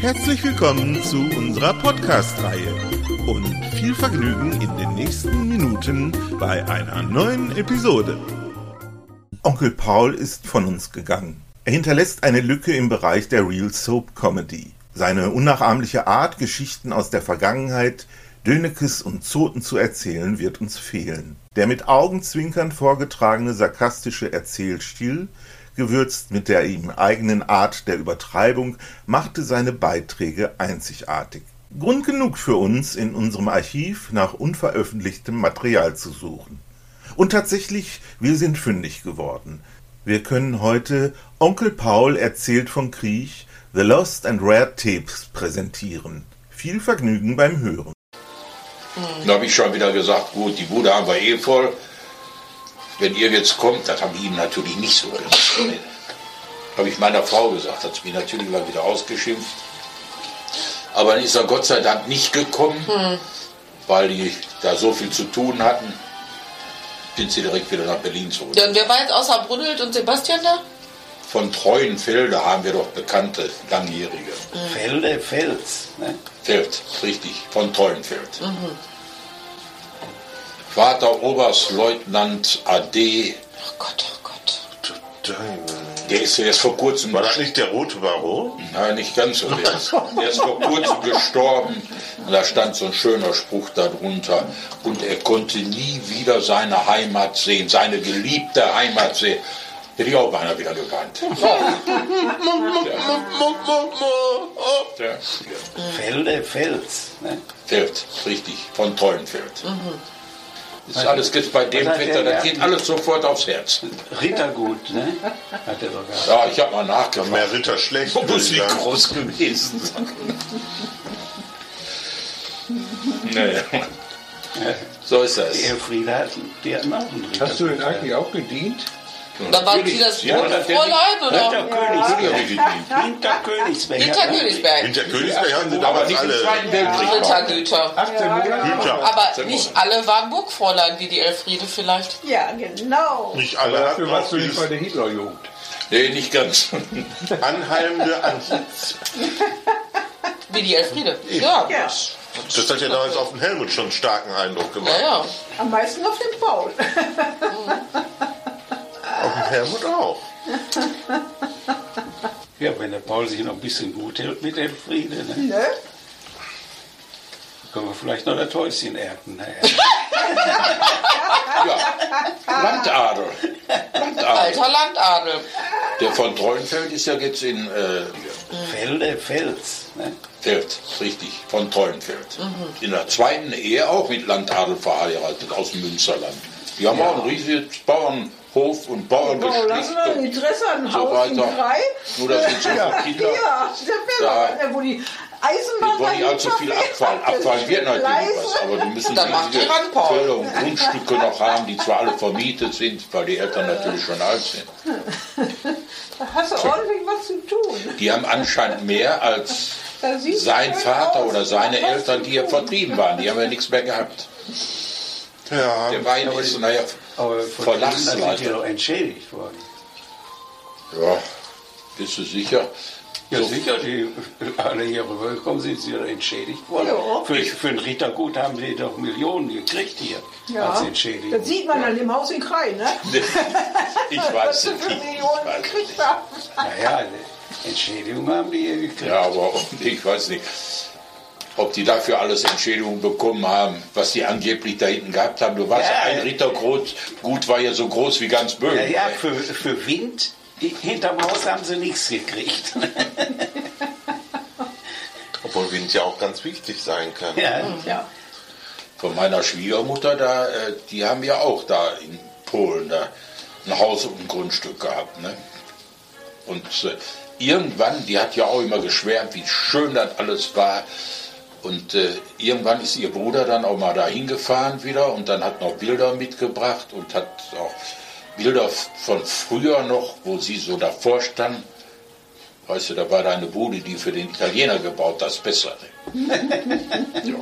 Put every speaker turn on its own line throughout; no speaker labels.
Herzlich willkommen zu unserer Podcast-Reihe und viel Vergnügen in den nächsten Minuten bei einer neuen Episode. Onkel Paul ist von uns gegangen. Er hinterlässt eine Lücke im Bereich der Real Soap Comedy. Seine unnachahmliche Art, Geschichten aus der Vergangenheit, Dönekes und Zoten zu erzählen, wird uns fehlen. Der mit Augenzwinkern vorgetragene sarkastische Erzählstil, gewürzt mit der ihm eigenen Art der Übertreibung, machte seine Beiträge einzigartig. Grund genug für uns, in unserem Archiv nach unveröffentlichtem Material zu suchen. Und tatsächlich, wir sind fündig geworden. Wir können heute Onkel Paul erzählt von Kriech The Lost and Rare Tapes präsentieren. Viel Vergnügen beim Hören.
Da habe ich schon wieder gesagt, gut, die Bude haben wir eh voll. Wenn ihr jetzt kommt, das habe ich ihm natürlich nicht so gesagt. Nee. Habe ich meiner Frau gesagt, hat sie mir natürlich mal wieder ausgeschimpft. Aber dann ist er Gott sei Dank nicht gekommen, weil die da so viel zu tun hatten. Sind sie direkt wieder nach Berlin zurück.
Ja, und wer war jetzt außer Brünnelt und Sebastian da?
Von Treuenfelde haben wir doch bekannte Langjährige.
Felde, Fels. Ne?
Feld, richtig, von Treuenfeld. Vater Oberstleutnant AD,
Oh Gott, oh Gott.
der ist ja erst vor kurzem
War das nicht der rote Baron?
Nein, nicht ganz so. Der ist, der ist vor kurzem gestorben. Und da stand so ein schöner Spruch darunter. Und er konnte nie wieder seine Heimat sehen, seine geliebte Heimat sehen. Hätte ich auch beinahe wieder geweint. Ja,
Felde, Fels. Ne?
Feld, richtig, von Treuenfeld. Das ist alles jetzt bei dem
Mhm. Was hat
Wetter,
der
das geht alles sofort aufs Herz.
Rittergut, ne? Hat er sogar.
Ja, ich habe mal
Noch
nachgefragt.
mehr Ritter schlecht.
Wo
würde
muss
ich
die
sagen.
groß gewesen sein? naja. So ist das.
Elfriede hat, die hatten auch einen Ritter.
Hast du denn eigentlich auch gedient?
Da war sie das
Ja,
Brunnen-
natürlich.
Fräulein, oder?
Hinter Königsberg.
Aber
Hinter Königsberg.
Hinter Königsberg.
Hinter Königsberg haben sie damals
nicht im
alle
Zweiten Weltkrieg. waren.
Rittergüter.
18 Monate?
Hüter.
Aber nicht alle waren Burgfräulein, wie die Elfriede vielleicht.
Ja, genau.
Nicht alle hatten
Dafür
auch
warst du nicht bei
dieses
der Hitlerjugend.
Nee, nicht ganz.
anhalmende Antlitz.
Wie die Elfriede. Ja.
Ja.
Das hat ja damals auf den Helmut schon einen starken Eindruck
Ja,
gemacht.
ja.
Am meisten auf den Paul.
Auf den Helmut auch.
Ja, wenn der Paul sich noch ein bisschen gut hält mit Elfriede, ne?
Ne?
können wir vielleicht noch das Häuschen ernten. Ne?
Ja. Landadel. Landadel.
Alter Landadel.
Der von Treuenfeld ist ja jetzt in äh,
Felde, Fels. Ne?
Feld, richtig, von Treuenfeld.
Mhm.
In der zweiten Ehe auch mit Landadel verheiratet aus dem Münsterland. Die haben auch ein riesiges Bauernhof und
Oh, lass
Bauerngestüt.
mal ein Interesse an
so
Haus und
weiter.
drei.
Nur das sind so viele Kinder.
Ja, der
Da-
wäre ja. wo die
Wir
Eisenbahn
wollen nicht allzu viel abfallen. Abfallen wird natürlich was, aber die müssen
Dann macht die
riesige
Randpaul.
Felder und Grundstücke noch haben, die zwar alle vermietet sind, weil die Eltern natürlich schon alt sind.
Da hast du ordentlich was zu tun.
Die haben anscheinend mehr als
Da sieht's
sein
schön
Vater
aus.
oder seine
Was
Eltern,
zu
die ja
tun.
vertrieben waren. Die haben ja nichts mehr gehabt.
Ja,
Der Wein ist, naja,
Aber von denen sind die
Verlagsleiter.
doch entschädigt worden.
Ja, bist du sicher?
Ja,
So.
sicher, die alle hier rübergekommen sind, sind ja entschädigt worden.
Ja.
Für, für ein Rittergut haben die doch Millionen gekriegt hier als
Ja.
Entschädigung.
Das sieht man an dem Haus in Krei, ne?
Ich weiß
Was
es
du
nicht.
für
Ich
Millionen
weiß es
gekriegt
nicht.
hast.
Naja, eine Entschädigung haben die hier gekriegt.
Ja, aber ich weiß nicht, ob die dafür alles Entschädigung bekommen haben, was die angeblich da hinten gehabt haben. Du warst
Ja,
ein
ja.
Rittergut, gut war ja so groß wie ganz Böhmen.
Naja, für, für Wind, die- hinterm Haus haben sie nichts gekriegt.
obwohl Wind ja auch ganz wichtig sein kann.
ja.
Ja.
Von meiner Schwiegermutter da, äh, die haben ja auch da in Polen da ein Haus und ein Grundstück gehabt. Ne? Und äh, irgendwann, die hat ja auch immer geschwärmt, wie schön das alles war. Und äh, irgendwann ist ihr Bruder dann auch mal dahin gefahren wieder und dann hat noch Bilder mitgebracht und hat auch Bilder f- von früher noch, wo sie so davor stand. Weißt du, da war da eine Bude, die für den Italiener gebaut, das Bessere. ja.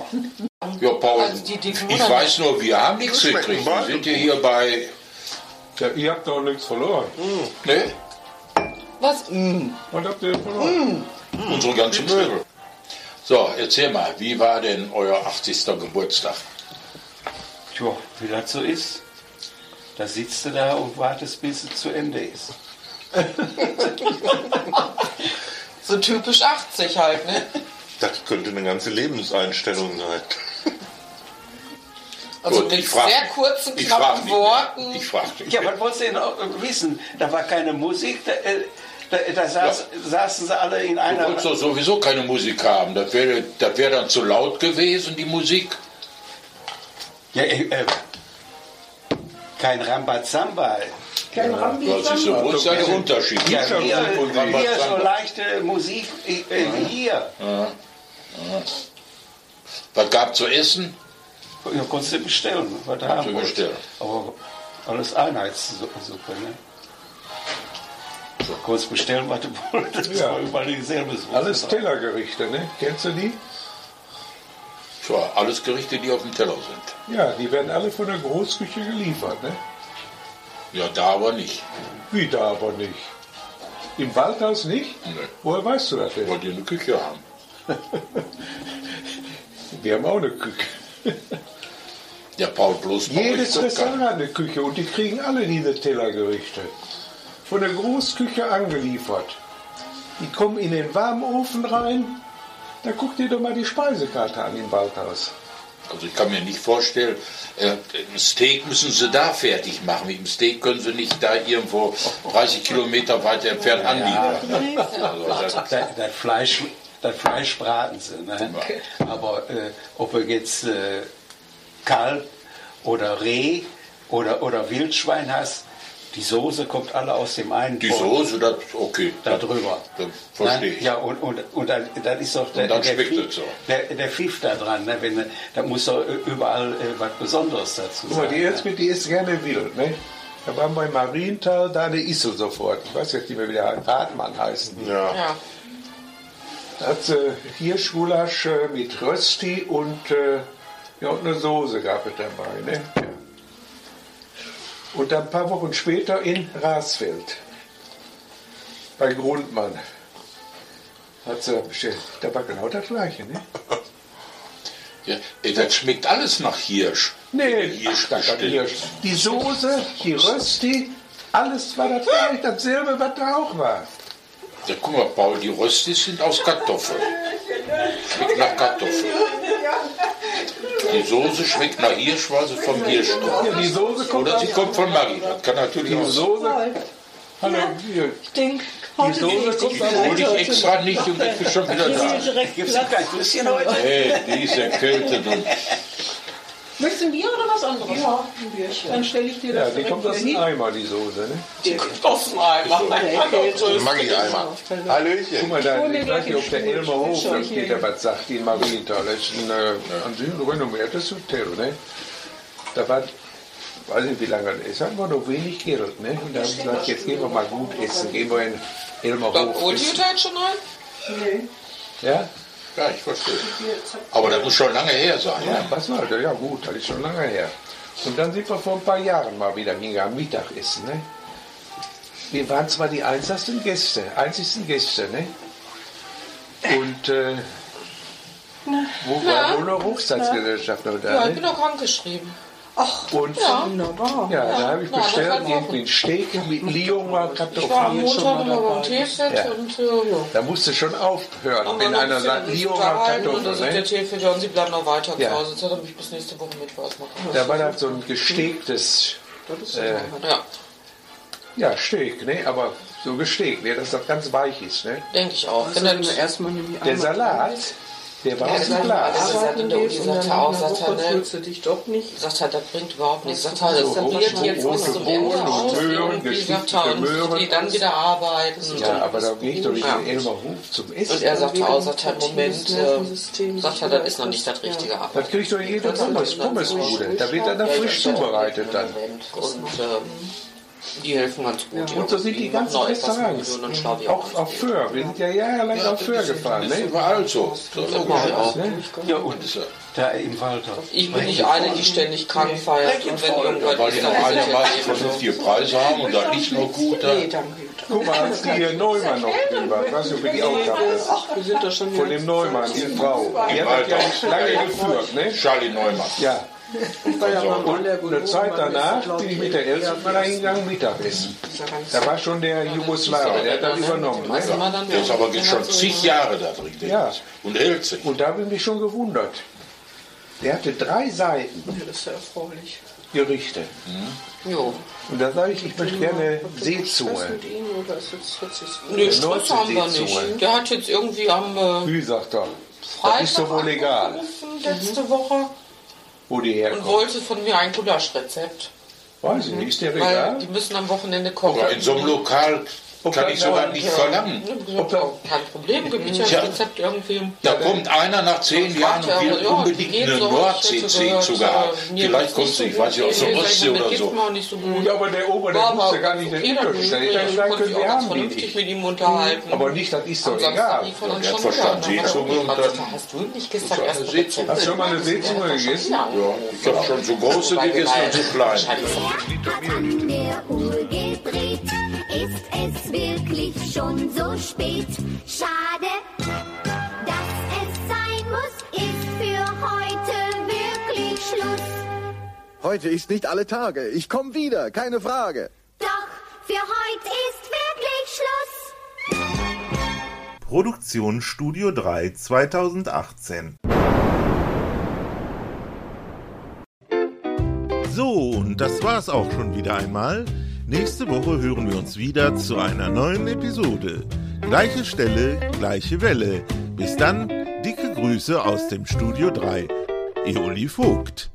ja, Paul,
Also die Dicken
ich
oder
weiß nur, wir haben nichts
schmecken
gekriegt. Wir
beide
sind ja hier bei...
Ja, ihr habt doch nichts verloren.
Ne?
Was? Mm.
Was habt ihr denn verloren?
unsere ganze Möbel. So, erzähl mal, wie war denn euer 80. Geburtstag?
Tja, wie das so ist. Da sitzt du da und wartest, bis es zu Ende ist.
So typisch 80 halt, ne?
Das könnte eine ganze Lebenseinstellung sein.
Also
Gut,
mit
ich frag-
sehr kurzen,
ich frag
knappen
nicht mehr.
Worten.
Ich frag dich.
Ja, was wolltest du denn auch äh, wissen? Da war keine Musik, da, äh, da, da saß, saßen sie alle in
Du
einer.
wolltest doch sowieso keine Musik haben. Das wäre das wär dann zu laut gewesen, die Musik.
Ja, äh, äh, kein Rambazamba.
Kein ja,
Das ist so groß ein Unterschied.
Ja, hier,
und
hier so
Rambazamba.
leichte Musik äh, äh, wie hier.
Was gab zu essen?
Ja, konntest du bestellen, was du
du
haben wolltest.
bestellen.
Aber alles Einheitssuppe, ne? So, konntest bestellen, was du wolltest.
Ja.
war überall dieselbe Suppe.
Alles Tellergerichte, ne? Kennst du die?
So, alles Gerichte, die auf dem Teller sind.
Ja, die werden alle von der Großküche geliefert, ne?
Ja, da aber nicht.
Wie da aber nicht. Im Waldhaus nicht?
Nee.
Woher weißt du das denn?
Wollt ihr eine Küche haben?
Wir haben auch eine Küche.
Ja, Paul, bloß Paul, ich
Jedes
guck
Restaurant
gar-
hat eine Küche und die kriegen alle diese Tellergerichte. Von der Großküche angeliefert. Die kommen in den warmen Ofen rein. Da guck dir doch mal die Speisekarte an im Waldhaus.
Also ich kann mir nicht vorstellen, äh, ein Steak müssen sie da fertig machen. Mit dem Steak können sie nicht da irgendwo 30 Kilometer weiter entfernt anliefern. Also das,
Das, das, Fleisch, das Fleisch braten sie. Ne? Aber äh, ob er jetzt äh, Kalb oder Reh oder, oder Wildschwein hast, die Soße kommt alle aus dem einen
die
Topf
Soße, das okay.
da drüber.
Das verstehe
Nein,
ich.
Ja, und, und, und dann, dann ist doch der,
dann
der,
schmeckt
Pfiff,
es so.
der, der Pfiff da dran. Ne? Wenn, da muss doch äh, überall äh, was Besonderes dazu
Guck mal,
sein. ne?
die Erzbit, die isst gerne wild, ne? Da waren wir im Mariental, da eine Isso sofort. Ich weiß jetzt nicht mehr, wie der heißt. Hartmann heißen. die.
Ja.
Ja.
Da hat sie Hirschgulasch äh, mit Rösti und, äh, ja, und eine Soße gab es dabei, ne? Ja. Und dann ein paar Wochen später in Rasfeld. Bei Grundmann. Hat sie bestellt. Da war genau das Gleiche, ne?
Ja, ey, das schmeckt alles nach Hirsch.
Nee,
Hirsch
ach, da kann
bestimmt.
Hirsch. Die Soße, die Rösti, alles war das gleiche, dasselbe, was da auch war.
Ja, guck mal, Paul, die Röstis sind aus Kartoffeln. Schmeckt nach Kartoffeln. Die Soße schmeckt nach Hirsch, weil sie vom Hirsch
Ja,
kommt.
die Soße kommt
Oder
aus-
sie kommt von Maggi. Das kann natürlich
Die
auch sein.
Soße, hallo, hier,
Ich denke, heute
Soße
bin ich
kommt
richtig
aber
alt.
Hol dich extra nicht und ich bin schon wieder
Ich
da.
bin direkt
Gibt's
platt.
noch kein Küsschen heute?
Hey, die ist erkältet und
Möchtest du ein Bier oder was anderes? Ja, ein Bierchen. Dann stelle ich dir
ja,
das
die kommt aus
direkt
dem
wieder hin.
Eimer, die Soße, ne?
Auf einmal.
Maggi-Eimer. Hallöchen.
Guck mal da,
hol mir
ich
gleich
weiß nicht,
den
ob der
Stuhl.
Elmer
Ich schau
Hof
hier
Peter
hin.
was sagt, in Marienthal, das ist ein äh, an sich ein renommiertes Hotel, ne? Da war, weiß nicht wie lange das ist, hatten wir noch wenig Geld, ne? Und da haben wir gesagt, jetzt gehen wir mal gut essen, gehen wir in Elmer
Da holt
Hof
die
essen.
Hotel schon rein?
Nee.
Ja?
ja, ich verstehe. Aber das muss schon lange her sein.
Ja,
ne?
was war das? Ja gut, das ist schon lange her. Und dann sind wir vor ein paar Jahren mal wieder hingegangen, Mittagessen. Ne? Wir waren zwar die einzigsten Gäste, einzigsten Gäste, ne? Und äh, wo war wohl noch Hochzeitsgesellschaft noch
Ja,
da?
ich bin
Ne?
doch krank geschrieben.
Und
Ja.
Wunderbar.
ja, da habe ich
Ja, das war
bestellt
Wochen.
irgendwie einen Steak mit Lioner
Ich war am
Kartoffeln.
Montag immer beim Teefit
Ja.
und äh, ja.
Da musst du schon aufhören,
Haben wir
wenn
noch ein
einer
bisschen
sagt
uns
Lioner
unterhalten Und dann
Kartoffeln.
sagt
Ne?
der Teefit, ja, und sie bleiben noch weiter
Ja.
zu Hause. Jetzt hat er mich bis nächste Woche Mittwoch erstmal gemacht.
Da war dann so ein gestecktes äh,
Ja,
Ja, Steak, ne? Aber so gesteckt, ne? Dass das ganz weich ist, ne?
denke ich auch. Wenn dann,
Der Salat, Der war
Ja,
aus
das
dem
war-
Glas.
das war-
Arbeiten
sagte Dodi,
gehst und
sagte
dann
auch,
nach
sagte
Woche
er, ne?
fühlst du dich doch nicht.
Sagt er, das bringt überhaupt nichts. Sagt
Das
er,
ist
das
dann
probiert
wahrscheinlich
jetzt
rote
bis zum
Bohnen,
Ende aus.
Möhren,
Irgendwie sagt
gestiefte
er, und
Möhren.
die dann wieder arbeiten.
Ja, aber da ging doch nicht
Ja.
den Elmar Ruf zum Essen.
Und er sagte auch, sagt er,
Kognitives
Moment,
Nervensystem
äh, sagt er, das ist noch nicht das richtige
das
Arbeit.
kriegt doch jede
Das hat
Pommes,
man dann
Pommesbude. Da wird dann da
Ja,
frisch
ja,
zubereitet dann.
Und ähm, die helfen ganz gut. die
Und so sind die
Europäer.
ganzen
Noch etwas
Restaurants. Mhm.
Millionen Schlavi
Auch auf Föhr. Wir sind ja jahrelang auf Föhr gefahren.
Das ist
Ne?
überall so. So, so
Mach
geschehen.
ich auch.
Ja, und
Das ist ja-
da im Walter.
Ich bin nicht eine, die ständig krank feiert. Und wenn
Da
irgendwas
wollen die
ist,
noch
dann ist
einigermaßen
es eben so.
vernünftige Preise haben und da nicht nur gute.
Nee, danke.
Guck mal, als die hier Neumann noch drin war. Ich weiß nicht, ob ihr die auch habt.
Ach, wir sind da schon
Von dem Neumann, die Frau. Die hat das ja nicht lange geführt. Ne?
Charlie Neumann.
Ja,
war ja mal
Und
der
eine Zeit danach bin ich mit der Eltern mal hingegangen Mittagessen. Da war schon der Jugoslawe, der hat das übernommen.
Also
Ne?
mal dann-
Der ist aber jetzt schon zig Jahre da drin. der
Ja.
ist. Und hält sich.
Und da habe ich mich schon gewundert. Der hatte drei Seiten
Das ist ja erfreulich.
Gerichte.
Jo.
Und da sage ich, ich möchte gerne Seezunge.
Mit ihm oder ist jetzt plötzlich
Nö, Stress
Leute,
haben wir
die zuhören.
nicht. Der hat jetzt irgendwie am äh,
Wie sagt er? Das
Freitag
ist doch Mhm. wohl egal,
angerufen letzte Woche
wo die
und
herkommt.
wollte von mir ein Gulaschrezept.
Weiß ich nicht, ist der
Weil
egal?
die müssen am Wochenende
Aber
kochen.
in so einem Lokal kann ich sowas nicht verlangen.
Ob da- Kein Problem, gib mir
Tja.
das Rezept irgendwie.
Da kommt einer nach zehn Jahren und will
Ja,
unbedingt
geht
eine
so,
nordsee
ich hätte gehört,
zu haben.
äh, mir
Vielleicht
geht's
kommt
nicht
sie, ich
so
weiß nicht,
gut.
aus der
Nee, sag
Ostsee
mir
oder
geht's
so.
mir auch nicht so gut.
Ja, aber der Ober, der
War aber
wusste gar nicht den
okay, dann-
Unterschied.
nee,
Der hätte
Ich
sagen
konnte mich
können,
auch
wir
ganz
haben die
vernünftig
nicht.
mit ihm unterhalten.
Aber nicht, das ist doch
Ansonsten hat die
egal.
Ja,
von uns
der
schon
hat verstanden,
wieder-
Seezunge
Dann
und
hat er gesagt,
dann-
Hast du nicht gestern
Ja,
erst
eine
ein
Seezunge.
Rezept
Hast du schon mal eine Seezunge gegessen?
Ja, ich habe schon so große gegessen um und so klein.
An der Uhr gedreht, ist es wirklich schon so spät. Schade, dass es sein muss, ist für heute wirklich Schluss.
Heute ist nicht alle Tage. Ich komm wieder, keine Frage.
Doch für heute ist wirklich Schluss.
Produktion Studio 3 2018. So, und das war's auch schon wieder einmal. Nächste Woche hören wir uns wieder zu einer neuen Episode. Gleiche Stelle, gleiche Welle. Bis dann, dicke Grüße aus dem Studio 3. Eoli Vogt.